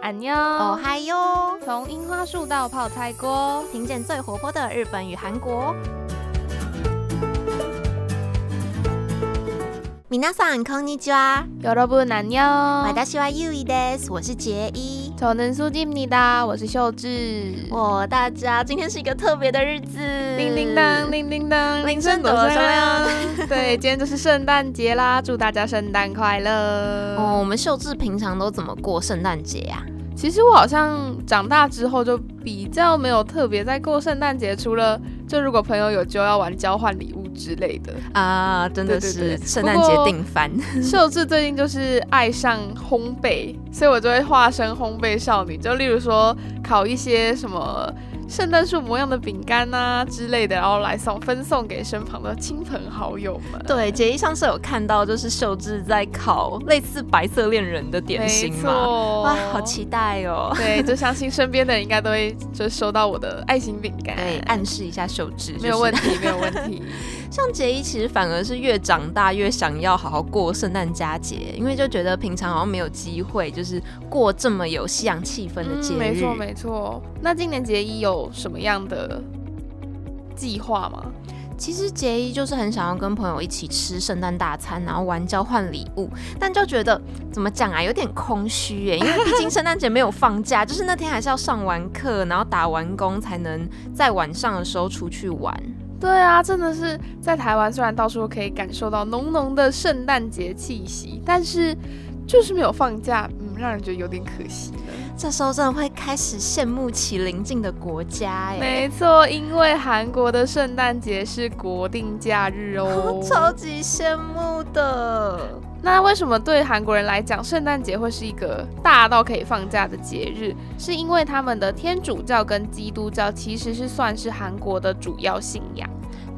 안녕，哦嗨哟！从樱花树到泡菜锅，听见最活泼的日本与韩国。米娜桑康尼加， 여러분안 我 녕。达西瓦优一 des，我是杰一。 저는수지입니다，我是秀智。哇，大家今天是一个特别的日子，叮叮当，叮叮当，铃声怎么响声。对，今天就是圣诞节啦，祝大家圣诞快乐。哦，我们秀智平常都怎么过圣诞节啊呀、其实我好像长大之后就比较没有特别在过圣诞节，除了就如果朋友有就要玩交换礼物之类的。啊？啊，真的是对对对圣诞节定番。秀智最近就是爱上烘焙，所以我就会化身烘焙少女，就例如说烤一些什么圣诞树模样的饼干啊之类的，然后来送分送给身旁的亲朋好友们。对，杰一上次有看到，就是秀智在烤类似白色恋人的点没心嘛，错，哇，好期待哦。对，就相信身边的人应该都会就收到我的爱心饼干。对，暗示一下秀智，没有问题。题，没有问题。像杰一其实反而是越长大越想要好好过圣诞佳节，因为就觉得平常好像没有机会，就是过这么有西洋气氛的节日。没错，没错。那今年节一有什么样的计划吗？其实杰一就是很想要跟朋友一起吃圣诞大餐，然后玩交换礼物，但就觉得怎么讲啊，有点空虚耶，因为毕竟圣诞节没有放假， 就是那天还是要上完课，然后打完工才能在晚上的时候出去玩。对啊，真的是在台湾，虽然到处可以感受到浓浓的圣诞节气息，但是就是没有放假，嗯，让人觉得有点可惜了。这时候真的会开始羡慕起邻近的国家耶，没错，因为韩国的圣诞节是国定假日 哦。 超级羡慕的。那为什么对韩国人来讲，圣诞节会是一个大到可以放假的节日？是因为他们的天主教跟基督教其实是算是韩国的主要信仰。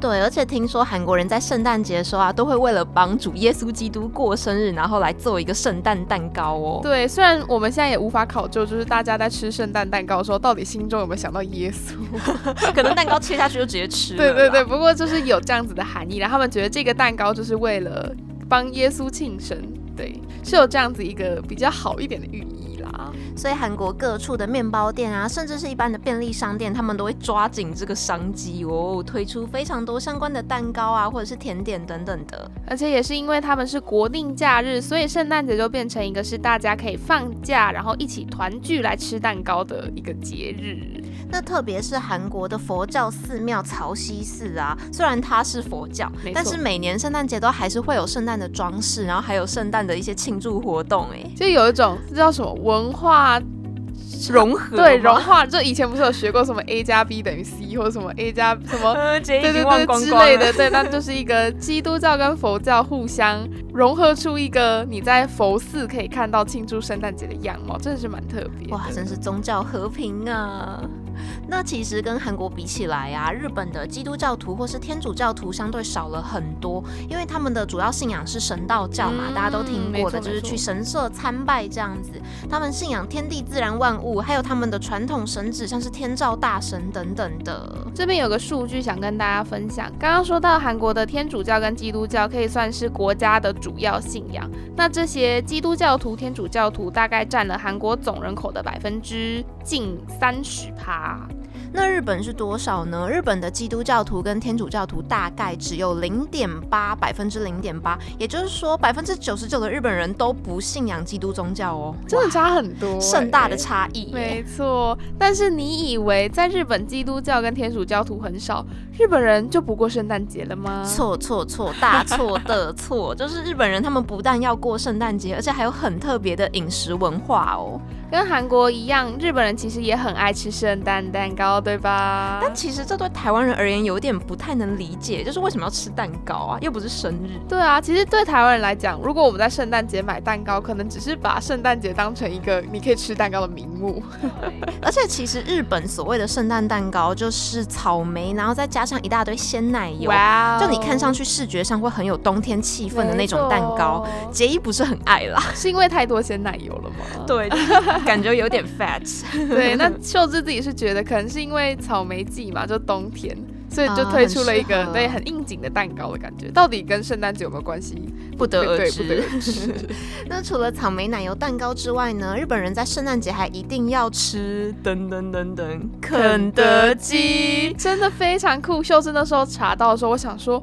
对，而且听说韩国人在圣诞节的时候啊，都会为了帮主耶稣基督过生日，然后来做一个圣诞蛋糕哦。对，虽然我们现在也无法考究，就是大家在吃圣诞蛋糕的时候，到底心中有没有想到耶稣？可能蛋糕切下去就直接吃了对啦。对对，不过就是有这样子的含义，然后他们觉得这个蛋糕就是为了帮耶稣庆生，对，是有这样子一个比较好一点的寓意啦。所以韩国各处的面包店啊，甚至是一般的便利商店，他们都会抓紧这个商机哦，推出非常多相关的蛋糕啊，或者是甜点等等的。而且也是因为他们是国定假日，所以圣诞节就变成一个是大家可以放假，然后一起团聚来吃蛋糕的一个节日。那特别是韩国的佛教寺庙曹溪寺啊，虽然它是佛教没错，但是每年圣诞节都还是会有圣诞的装饰，然后还有圣诞的一些庆祝活动、哎，就有一种这叫什么文化融合对吗融化，就以前不是有学过什么 A 加 B 等于 C 或者什么 A 加什么呃，杰对对对之类的，对，那就是一个 基督教跟佛教互相融合出一个你在佛寺可以看到庆祝圣诞节的样貌，真的是蛮特别的。哇，真是宗教和平啊！那其实跟韩国比起来啊，日本的基督教徒或是天主教徒相对少了很多，因为他们的主要信仰是神道教嘛，嗯大家都听过没错的，就是没错去神社参拜这样子。他们信仰天地自然万物，还有他们的传统神祇，像是天照大神等等的。这边有个数据想跟大家分享。刚刚说到韩国的天主教跟基督教可以算是国家的主要信仰，那这些基督教徒、天主教徒大概占了韩国总人口的百分之近三十趴。那日本是多少呢？日本的基督教徒跟天主教徒大概只有零点八百分之零点八，也就是说百分之九十九的日本人都不信仰基督宗教哦，真哇的差很多、盛大欸的差异耶。没错，但是你以为在日本基督教跟天主教徒很少，日本人就不过圣诞节了吗？错错错，大错特错！就是日本人，他们不但要过圣诞节，而且还有很特别的饮食文化哦。跟韩国一样，日本人其实也很爱吃圣诞蛋糕，对吧？但其实这对台湾人而言有点不太能理解，就是为什么要吃蛋糕啊？又不是生日。对啊，其实对台湾人来讲，如果我们在圣诞节买蛋糕，可能只是把圣诞节当成一个你可以吃蛋糕的名目。而且其实日本所谓的圣诞蛋糕就是草莓，然后再加上一大堆鲜奶油，哇哦就你看上去视觉上会很有冬天气氛的那种蛋糕。没错杰一不是很爱 啦，是因为太多鲜奶油了吗？对，感觉有 点 fat。对，那秀智自己是觉得可能是因为草莓季嘛，就冬天，所以就啊推出了一很个适合对很应景的蛋糕的感觉。到底跟圣诞节有没有关系？不得而对不得知。 那除了草莓奶油蛋糕之外呢，日本人在圣诞节还一定要吃噔噔噔噔肯德基。真的非常酷。秀智那时候查到的时候，我想说，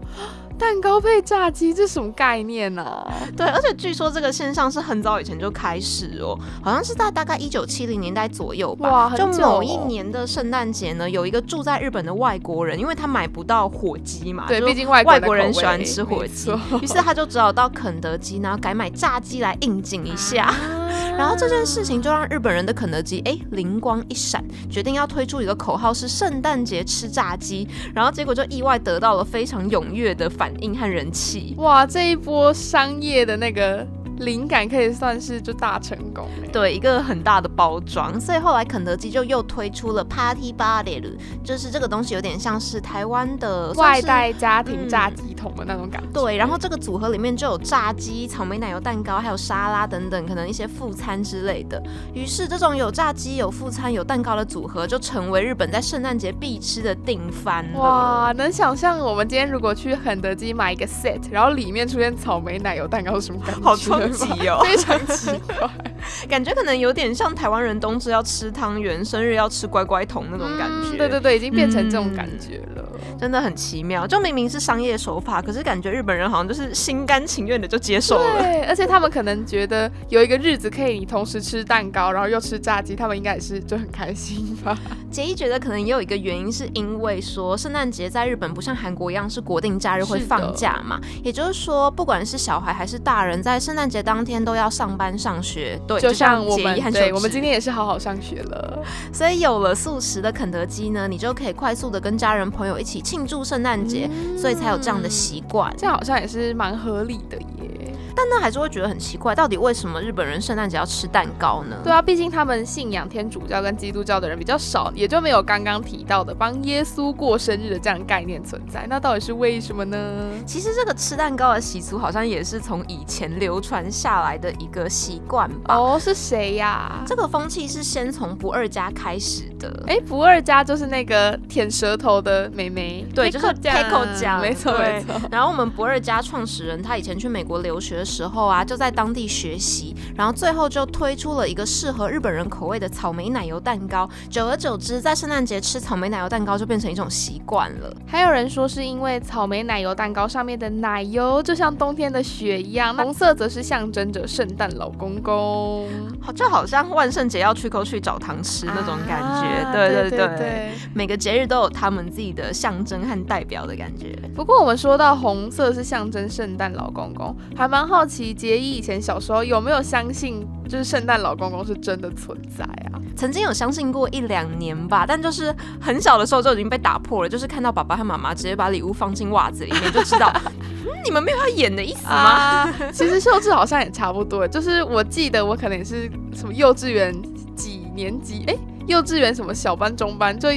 蛋糕配炸鸡这什么概念呢、啊？对，而且据说这个现象是很早以前就开始哦，好像是在大概一九七零年代左右吧。哇，很就久某一哦。年的圣诞节呢，有一个住在日本的外国人，因为他买不到火鸡嘛，对，就毕竟外啊外国国人的人口味喜欢吃火鸡没错，于是他就只好到肯德基，然后改买炸鸡来应景一下。 啊然后这件事情就让日本人的肯德基哎灵光一闪，决定要推出一个口号是圣诞节吃炸鸡，然后结果就意外得到了非常踊跃的反应和人气。哇，这一波商业的那个灵感可以算是就大成功欸对，一个很大的包装，所以后来肯德基就又推出了 Party b a r e 就是这个东西有点像是台湾的算外是带家庭嗯炸鸡桶的那种感觉。对，然后这个组合里面就有炸鸡、草莓奶油蛋糕，还有沙拉等等，可能一些副餐之类的。于是，这种有炸鸡、有副餐、有蛋糕的组合，就成为日本在圣诞节必吃的定番 了。哇， 能想象我们今天如果去肯德基买一个 set，然后里面出现草莓奶油蛋糕是什么感觉？好冲击哦！ 非常奇怪 感觉可能有点像台湾人冬至要吃汤圆，生日要吃乖乖桶那种感觉。嗯对对对，已经变成这种嗯感觉了。真的很奇妙。就明明是商业手法，可是感觉日本人好像就是心甘情愿的就接受了。对，而且他们可能觉得有一个日子可以你同时吃蛋糕，然后又吃炸鸡，他们应该也是就很开心吧？杰伊觉得可能也有一个原因，是因为说圣诞节在日本不像韩国一样是国定假日会放假嘛，也就是说，不管是小孩还是大人，在圣诞节当天都要上班上学。 对，就像我杰们伊和秀对，智我们今，天也是好好上学了。所以有了素食的肯德基呢，你就可以快速的跟家人朋友一起庆祝圣诞节，所以才有这样的习惯。嗯这样好像也是蛮合理的耶。但那还是会觉得很奇怪，到底为什么日本人圣诞节要吃蛋糕呢？对啊，毕竟他们信仰天主教跟基督教的人比较少，也就没有刚刚提到的帮耶稣过生日的这样的概念存在。那到底是为什么呢？其实这个吃蛋糕的习俗好像也是从以前流传下来的一个习惯吧。哦，是谁呀、这个风气是先从不二家开始的。哎，不二家就是那个舔舌头的妹妹，对就是 Keiko 酱没错对没错。然后我们不二家创始人他以前去美国留学的时候啊，就在当地学习，然后最后就推出了一个适合日本人口味的草莓奶油蛋糕。久而久之，在圣诞节吃草莓奶油蛋糕就变成一种习惯了。还有人说是因为草莓奶油蛋糕上面的奶油就像冬天的雪一样，那红色则是象征着圣诞老公公好，就好像万圣节要去沟去找糖吃那种感觉。啊对对对每个节日都有他们自己的象征和代表的感觉。不过我们说到红色是象征圣诞老公公，还蛮好奇杰伊以前小时候有没有相信就是圣诞老公公是真的存在啊？ 曾经有相信过一两年吧，但就是很小的时候就已经被打破了，就是看到爸爸和妈妈直接把礼物放进袜子里面，就 知道、嗯、你们没有要演的意思吗？啊，其实秀智好像也差不多，就是我记得我可能也是什么幼稚园几年级，哎，幼稚园什么小班、中班，就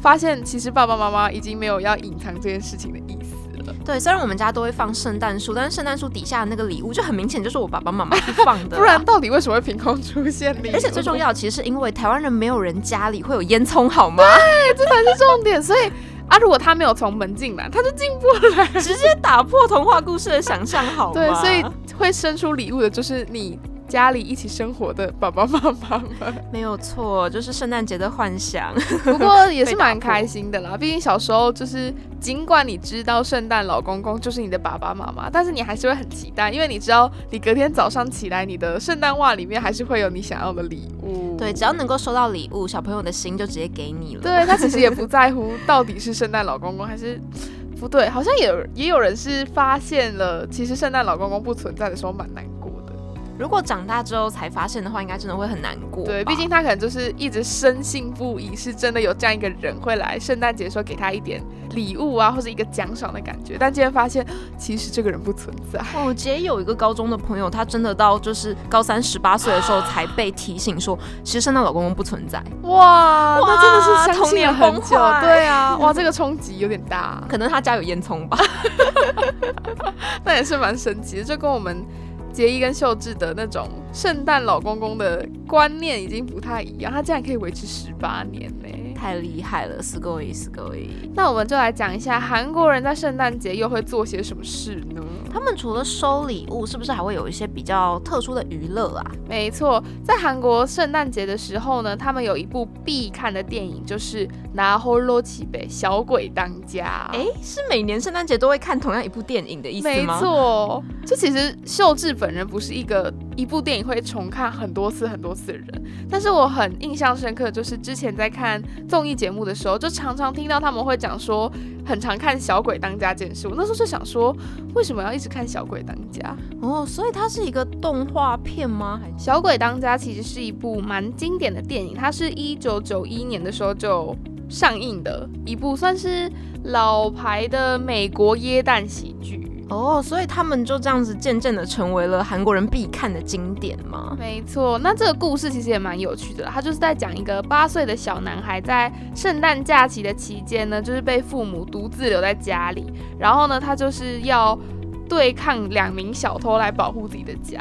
发现其实爸爸妈妈已经没有要隐藏这件事情的意思了，对，虽然我们家都会放圣诞树，但是圣诞树底下的那个礼物就很明显就是我爸爸妈妈去放的啦， 不然到底为什么会凭空出现礼物？啊而且最重要，其实是因为台湾人没有人家里会有烟囱，好 吗？重点，所以啊，如果他没有从门进来，他就进不来。直接打破童话故事的想象，好吗？对，所以会生出礼物的就是你家里一起生活的爸爸妈妈 们。没有错，就是圣诞节的幻想。不过也是被打蛮破开心的啦，毕竟小时候就是，尽管你知道圣诞老公公就是你的爸爸妈妈，但是你还是会很期待，因为你知道你隔天早上起来，你的圣诞袜里面还是会有你想要的礼物。 对，只要能够收到礼物，小朋友的心就直接给你了。对他其实也不在乎到底是圣诞老公公还是。不对，好像也有也有人是发现了，其实圣诞老公公不存在的时候蛮难过的。如果长大之后才发现的话，应该真的会很难过吧。对，毕竟他可能就是一直深信不疑，是真的有这样一个人会来圣诞节的时候给他一点礼物啊，或者一个奖赏的感觉。但今天发现，其实这个人不存在。哦，姐有一个高中的朋友，她真的到就是高三十八岁的时候才被提醒说，其实圣诞老公公不存在。 哇，那真的是哇相童信了年很崩久。坏对啊， 哇，这个冲击有点大， 可能他家有烟囱吧，那也是蛮神奇的，就跟我们。杰伊跟秀智的那种圣诞老公公的观念已经不太一样，他竟然可以维持十八年呢、 太厉害了，すごいすごい。那我们就来讲一下韩国人在圣诞节又会做些什么事呢？他们除了收礼物，是不是还会有一些比较特殊的娱乐啊？没错，在韩国圣诞节的时候呢，他们有一部必看的电影，就是《拿호로치呗》小鬼当家。哎，是每年圣诞节都会看同样一部电影的意思没吗？错，就其实秀智本人不是一个一部电影会重看很多次很多次的人，但是我很印象深刻，就是之前在看综艺节目的时候，就常常听到他们会讲说，很常看《小鬼当家》这件事。我那时候就想说，为什么要一直看《小鬼当家》？哦，所以它是一个动画片吗？还《是小鬼当家》其实是一部蛮经典的电影，它是一九九一年的时候就上映的一部，算是老牌的美国耶诞喜剧。哦，所以他们就这样子渐渐的成为了韩国人必看的经典吗？没错，那这个故事其实也蛮有趣的啦，他就是在讲一个八岁的小男孩在圣诞假期的期间呢，就是被父母独自留在家里，然后呢，他就是要对抗两名小偷来保护自己的家。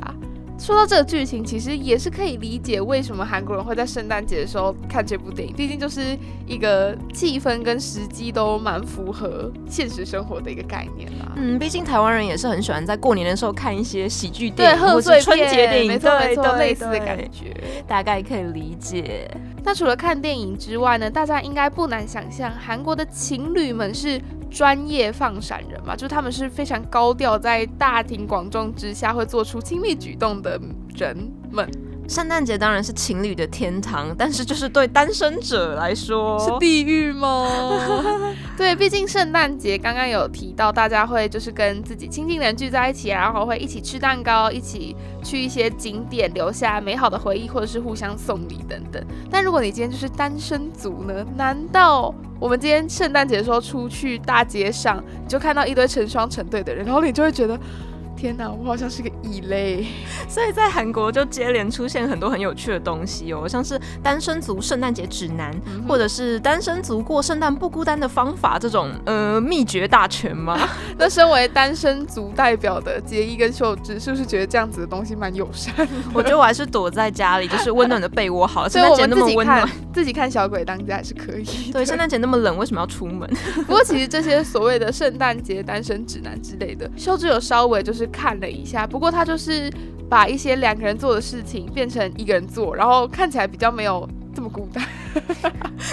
说到这个剧情，其实也是可以理解为什么韩国人会在圣诞节的时候看这部电影，毕竟就是一个气氛跟时机都蛮符合现实生活的一个概念啦。嗯，毕竟台湾人也是很喜欢在过年的时候看一些喜剧对，电影或贺是岁春节片电影，没错没错，对类似的，对感对觉。大概可以理解。那除了看电影之外呢，大家应该不难想象，韩国的情侣们是专业放闪人嘛，就是他们是非常高调，在大庭广众之下会做出亲密举动的人们，圣诞节当然是情侣的天堂，但是就是对单身者来说，是地狱吗？哦 对，毕竟圣诞节刚刚有提到，大家会就是跟自己亲近的人聚在一起，然后会一起吃蛋糕，一起去一些景点，留下美好的回忆，或者是互相送礼等等。但如果你今天就是单身族呢？难道我们今天圣诞节的时候出去大街上，你就看到一堆成双成对的人，然后你就会觉得，天哪，我好像是个异类。所以在韩国就接连出现很多很有趣的东西哦，像是单身族圣诞节指南，嗯或者是单身族过圣诞不孤单的方法这种呃秘诀大 全吗？那身为单身族代表的杰伊跟秀智，是不是觉得这样子的东西蛮友善的？我觉得我还是躲在家里，就是温暖的被窝好 了。所圣以诞我节们啊那自么己温看暖， 自己看小鬼当家也是可以。对，圣诞节那么冷，为什么要出门？不过其实这些所谓的圣诞节单身指南之类的，秀智有稍微就是看了一下，不过他就是把一些两个人做的事情变成一个人做，然后看起来比较没有这么孤单。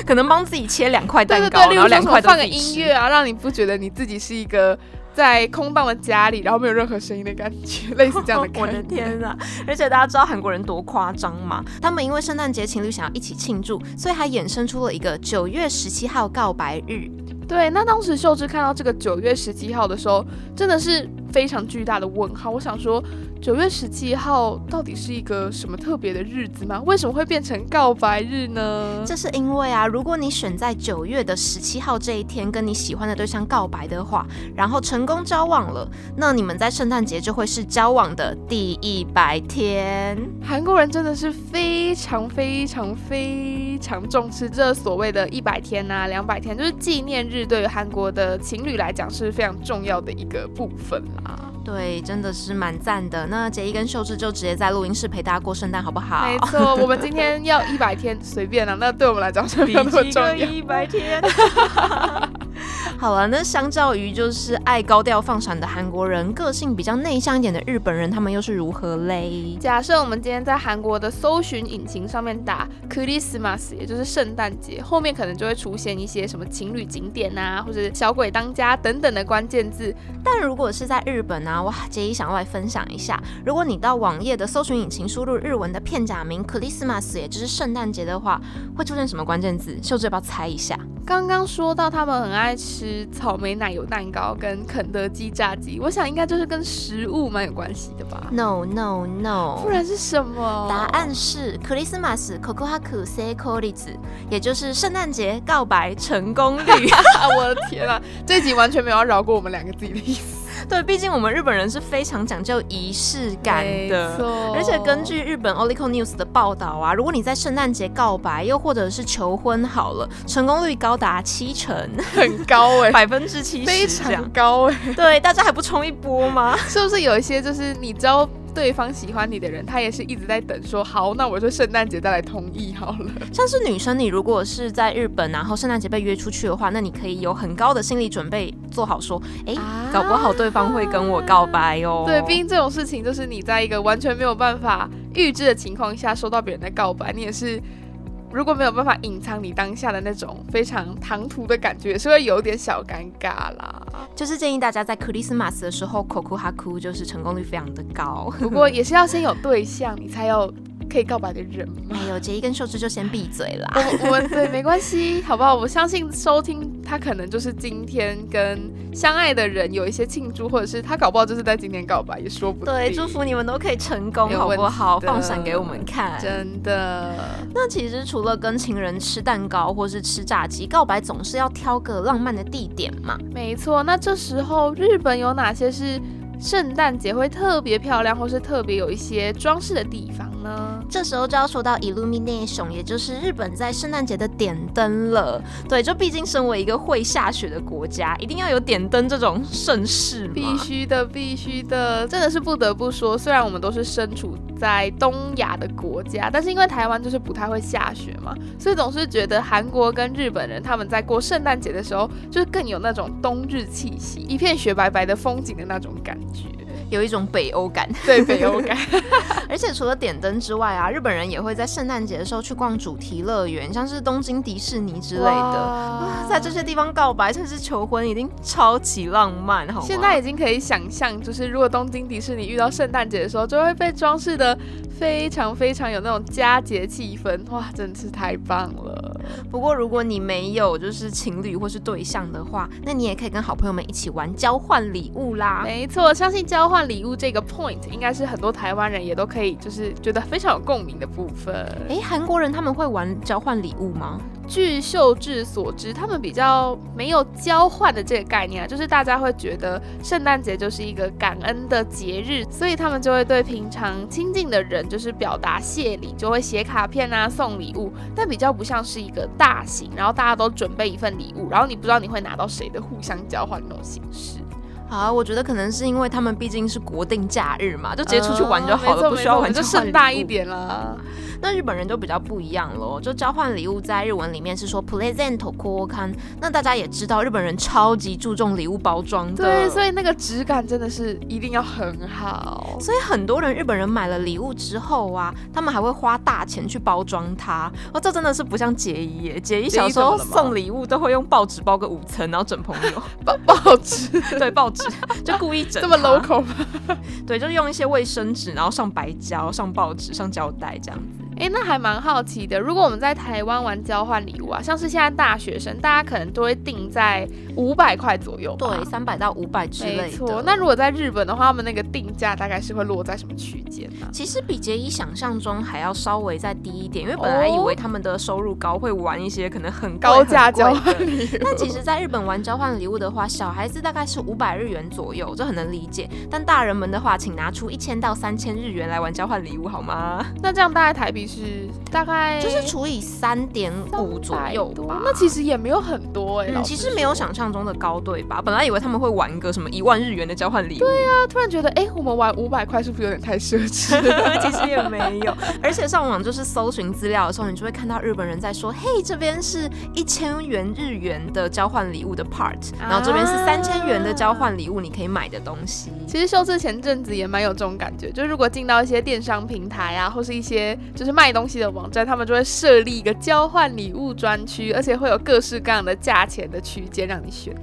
可能帮自己切两块对对蛋糕，对，例如然说后两什块么都放自个己音吃乐啊，让你不觉得你自己是一个在空荡的家里，然后没有任何声音的感 觉，类似这样的我的感觉。天啊！而且大家知道韩国人多夸张吗？他们因为圣诞节情侣想要一起庆祝，所以还衍生出了一个九月十七号告白日。对，那当时秀智看到这个九月十七号的时候，真的是非常巨大的问号。我想说，九月十七号到底是一个什么特别的日子吗？为什么会变成告白日呢？这是因为啊，如果你选在九月的十七号这一天跟你喜欢的对象告白的话，然后成功交往了，那你们在圣诞节就会是交往的第一百天。韩国人真的是非常非常非常重视这所谓的一百天呐、啊、两百天，就是纪念日，对于韩国的情侣来讲是非常重要的一个部分啦。对，真的是蛮赞的。那杰一跟秀智就直接在录音室陪大家过圣诞，好不好？没错，我们今天要一百天，随便啦、那对我们来讲是没有那么重要。一百天。 好了，那相较于就是爱高调放闪的韩国人，个性比较内向一点的日本人，他们又是如何嘞？假设我们今天在韩国的搜寻引擎上面打 Christmas，也就是圣诞节，后面可能就会出现一些什么情侣景点啊，或者小鬼当家等等的关键字。但如果是在日本呢、啊哇，杰一想要来分享一下，如果你到网页的搜寻引擎输入日文的片假名 Christmas，也就是圣诞节的话，会出现什么关键字？秀智要不要猜一下？刚刚说到他们很爱吃草莓奶油蛋糕跟肯德基炸鸡，我想应该就是跟食物蛮有关系的吧。 No No No，不然是什么？嗯答案是 Christmas Kokohaku Seiko 例子，也就是圣诞节告白成功率。 啊！我的天啊，这集完全没有要饶过我们两个自己的意思。对，毕竟我们日本人是非常讲究仪式感没的。错而且根据日本 Olico News 的报道啊，如果你在圣诞节告白，又或者是求婚好了，成功率高达七成，很高 哎、百分之七非十这样常。高哎、对，大家还不冲一波吗？是不是有一些就是你知道对方喜欢你的人，他也是一直在等说好，那我就圣诞节再来同意好了。像是女生，你如果是在日本，然后圣诞节被约出去的话，那你可以有很高的心理准备，做好说，哎、搞不好对方会跟我告白哦。啊对，毕竟这种事情就是你在一个完全没有办法预知的情况下收到别人的告白，你也是如果没有办法隐藏你当下的那种非常唐突的感觉，也是会有点小尴尬啦。就是建议大家在 Christmas 的时候，口哭哈哭，就是成功率非常的高。 不过也是要先有对象，你才有可以告白的人嘛。没有，杰一跟秀智就先闭嘴啦。 我我们对没关系，好不好？我相信收听他可能就是今天跟相爱的人有一些庆祝，或者是他搞不好就是在今天告白，也说不定。对，祝福你们都可以成功，没有好问不好？题的放闪给我们看。真的。那其实除了跟情人吃蛋糕或是吃炸鸡，告白总是要挑个浪漫的地点嘛。没错，那这时候日本有哪些是圣诞节会特别漂亮，或是特别有一些装饰的地方呢？这时候就要说到 illumination，也就是日本在圣诞节的点灯了。对，就毕竟身为一个会下雪的国家，一定要有点灯这种盛事嘛。必须的，必须的，真的是不得不说，虽然我们都是身处在东亚的国家，但是因为台湾就是不太会下雪嘛，所以总是觉得韩国跟日本人他们在过圣诞节的时候，就是更有那种冬日气息，一片雪白白的风景的那种感 觉，有一种北欧感。 对北欧感。而且除了点灯之外啊，日本人也会在圣诞节的时候去逛主题乐园，像是东京迪士尼之类的。啊哇在这些地方告白甚至求婚，已经超级浪漫，好吗？啊现在已经可以想象，就是如果东京迪士尼遇到圣诞节的时候，就会被装饰的非常非常有那种佳节气氛，哇，真的是太棒了！不过，如果你没有就是情侣或是对象的话，那你也可以跟好朋友们一起玩交换礼物啦。没错，相信交换礼物这个 point 应该是很多台湾人也都可以，就是觉得非常有共鸣的部分。诶，韩国人他们会玩交换礼物吗？据秀智所知，他们比较没有交换的这个概念啊，就是大家会觉得圣诞节就是一个感恩的节日，所以他们就会对平常亲近的人就是表达谢礼，就会写卡片啊、送礼物，但比较不像是一个大型，然后大家都准备一份礼物，然后你不知道你会拿到谁的互相交换那种形式。好啊，我觉得可能是因为他们毕竟是国定假日嘛，就直接出去玩就嗯好没了，错不需要没玩错交就换礼盛物大一。点啦。那日本人就比较不一样喽，就交换礼物在日文里面是说 present o k o k a n 那大家也知道，日本人超级注重礼物包装的，对，所以。以那个质感真的是一定要很 好。所以很多人日本人买了礼物之后啊，他们还会花大钱去包装它。哦，这真的是不像杰一耶，杰一小时杰候一怎么了吗送礼物都会用报纸包个五层，然后整朋 友，报报纸对报纸就故意整这么它 local 吗？对，就用一些卫生纸，然后上白胶、上报纸、上胶带这样子。诶，哎那还蛮好奇的。如果我们在台湾玩交换礼物啊，像是现在大学生，大家可能都会定在五百块左右吧。对，。三百到五百之类的。没错，那如果在日本的话，他们那个定价大概是会落在什么区间 呢、其实比杰一想象中还要稍微再低一点，因为本来以为他们的收入高，会玩一些可能很贵哦高价很贵交的换礼物， 但其实，在日本玩交换礼物的话，小孩子大概是五百日元左右，这很能理解。但大人们的话，请拿出一千到三千日元来玩交换礼物好吗？那这样大概台币是大概就是除以哎三点五左右300多吧。那其实也没有很多哎、嗯，老其实实没有说想象中的高，对吧？本来以为他们会玩一个什么一万日元的交换礼物，那突然觉得，哎、我们玩五百块是不是有点太奢侈啊 其实也没有。而且上网就是搜寻资料的时候，你就会看到日本人在说：“嘿，这边是一千元日元的交换礼物的 part，啊然后这边是三千元的交换礼物，你可以买的东西。”其实秀智前阵子也蛮有这种感觉，就如果进到一些电商平台啊，或是一些就是卖东西的网站，他们就会设立一个交换礼物专区，而且会有各式各样的价钱的区间让你选。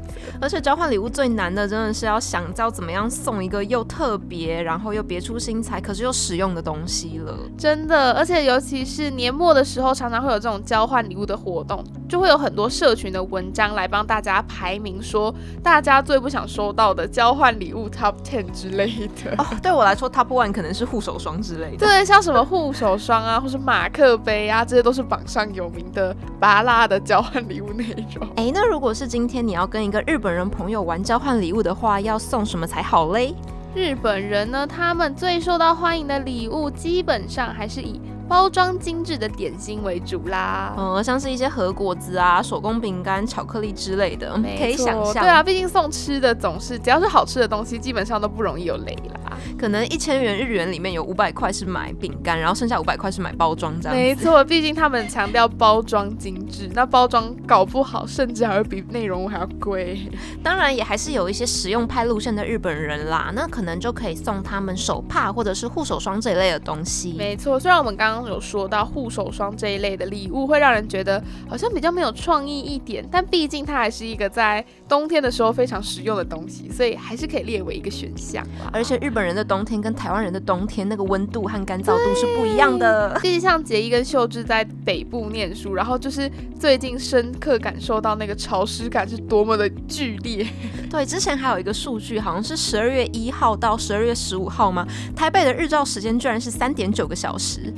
而且交换礼物最难的真的是要想到怎么样送一个又特别，然后又别出心裁，可是又实用的东西了。真的，而且尤其是年末的时候，常常会有这种交换礼物的活动，就会有很多社群的文章来帮大家排名说大家最不想收到的交换礼物 Top Ten 之类的。哦，对我来说，Top One 可能是护手霜之类的。对，像什么护手霜啊，或是马克杯啊，这些都是榜上有名的拔拉的交换礼物内容。哎，那如果是今天你要跟一个日本人朋友玩交换礼物的话，要送什么才好嘞？日本人呢，他们最受到欢迎的礼物，基本上还是以包装精致的点心为主啦。嗯，像是一些和果子啊、手工饼干、巧克力之类的，嗯没可以想错啊象。对啊，，毕竟送吃的总是只要是好吃的东西，基本上都不容易有雷啦。啊，可能一千元日元里面有五百块是买饼干，然后剩下五百块是买包装这样子。没错，毕竟他们强调包装精致，那包装搞不好甚至还会比内容物还要贵。当然也还是有一些实用派路线的日本人啦，那可能就可以送他们手帕或者是护手霜这一类的东西。没错，虽然我们刚刚有说到护手霜这一类的礼物会让人觉得好像比较没有创意一点，但毕竟它还是一个在冬天的时候非常实用的东西，所以还是可以列为一个选项啦。而且日本人的冬天跟台湾人的冬天那个温度和干燥度是不一样 的。毕竟像杰伊跟秀智在北部念书，然后就是最近深刻感受到那个潮湿感是多么的剧烈。对，之前还有一个数据，好像是十二月一号到十二月十五号嘛，台北的日照时间居然是三点九个小时，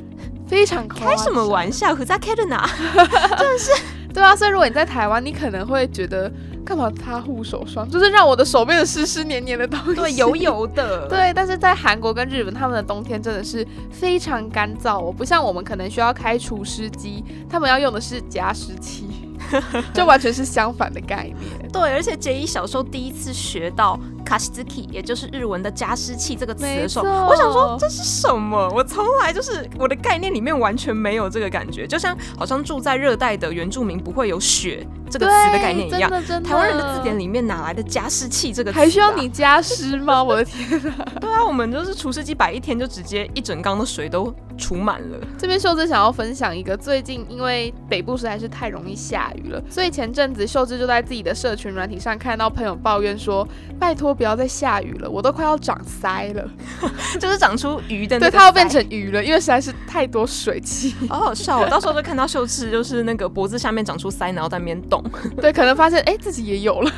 非常夸开什么张玩笑？可在开的哪？对啊，所以如果你在台湾，你可能会觉得干嘛擦护手霜，就是让我的手变得湿湿黏黏的东西。对，油。油 的。，对，但是在韩国跟日本，他们的冬天真的是非常干燥哦，不像我们可能需要开除湿机，他们要用的是加湿 器，就完全是相反的概念。对，而且杰一小时候第一次学到 kashiki，也就是日文的加湿器这个词的时候，我想说这是什么？我从来就是我的概念里面完全没有这个感觉，就像好像住在热带的原住民不会有雪这个对，词的概念一样。真的真的台湾人的字典里面哪来的加湿器这个词、啊？还需要你加湿吗？我的天啊！对啊，我们就是除湿机摆一天，就直接一整缸的水都除满了。 这边秀智想要分享一个，最近因为北部实在是太容易下雨了，所以前阵子秀智就在自己的社群软体上看到朋友抱怨说：“拜托不要再下雨了，我都快要长腮了。就是长出鱼的那对，个它要鳃变成鱼了，因为实在是太多水汽。 好好笑、哦，我到时候就看到秀智，就是那个脖子下面长出腮，然后在那边动， 对，可能发现哎、诶自己也有了。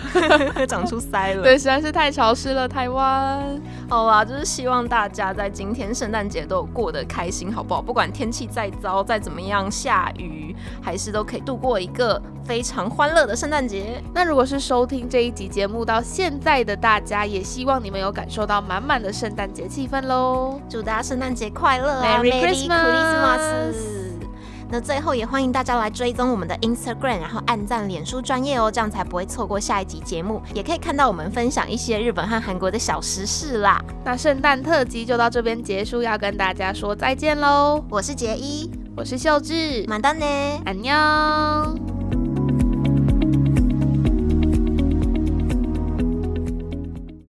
长出腮了。对，实在是太潮湿了，台湾。好啦，就是希望大家在今天圣诞节都有过得开心，好不好？不管天气再糟，再怎么样下雨，还是都可以度过一个非常欢乐的圣诞节。那如果是收听这一集节目到现在的大家，也希望你们有感受到满满的圣诞节气氛喽。祝大家圣诞节快乐啊 Merry Merry Christmas Christmas 那最后也欢迎大家来追踪我们的 Instagram，然后按赞、脸书专业哦，这样才不会错过下一集节目，也可以看到我们分享一些日本和韩国的小时事啦。那圣诞特辑就到这边结束，要跟大家说再见喽。我是杰一，我是秀智，马丹呢。 안녕.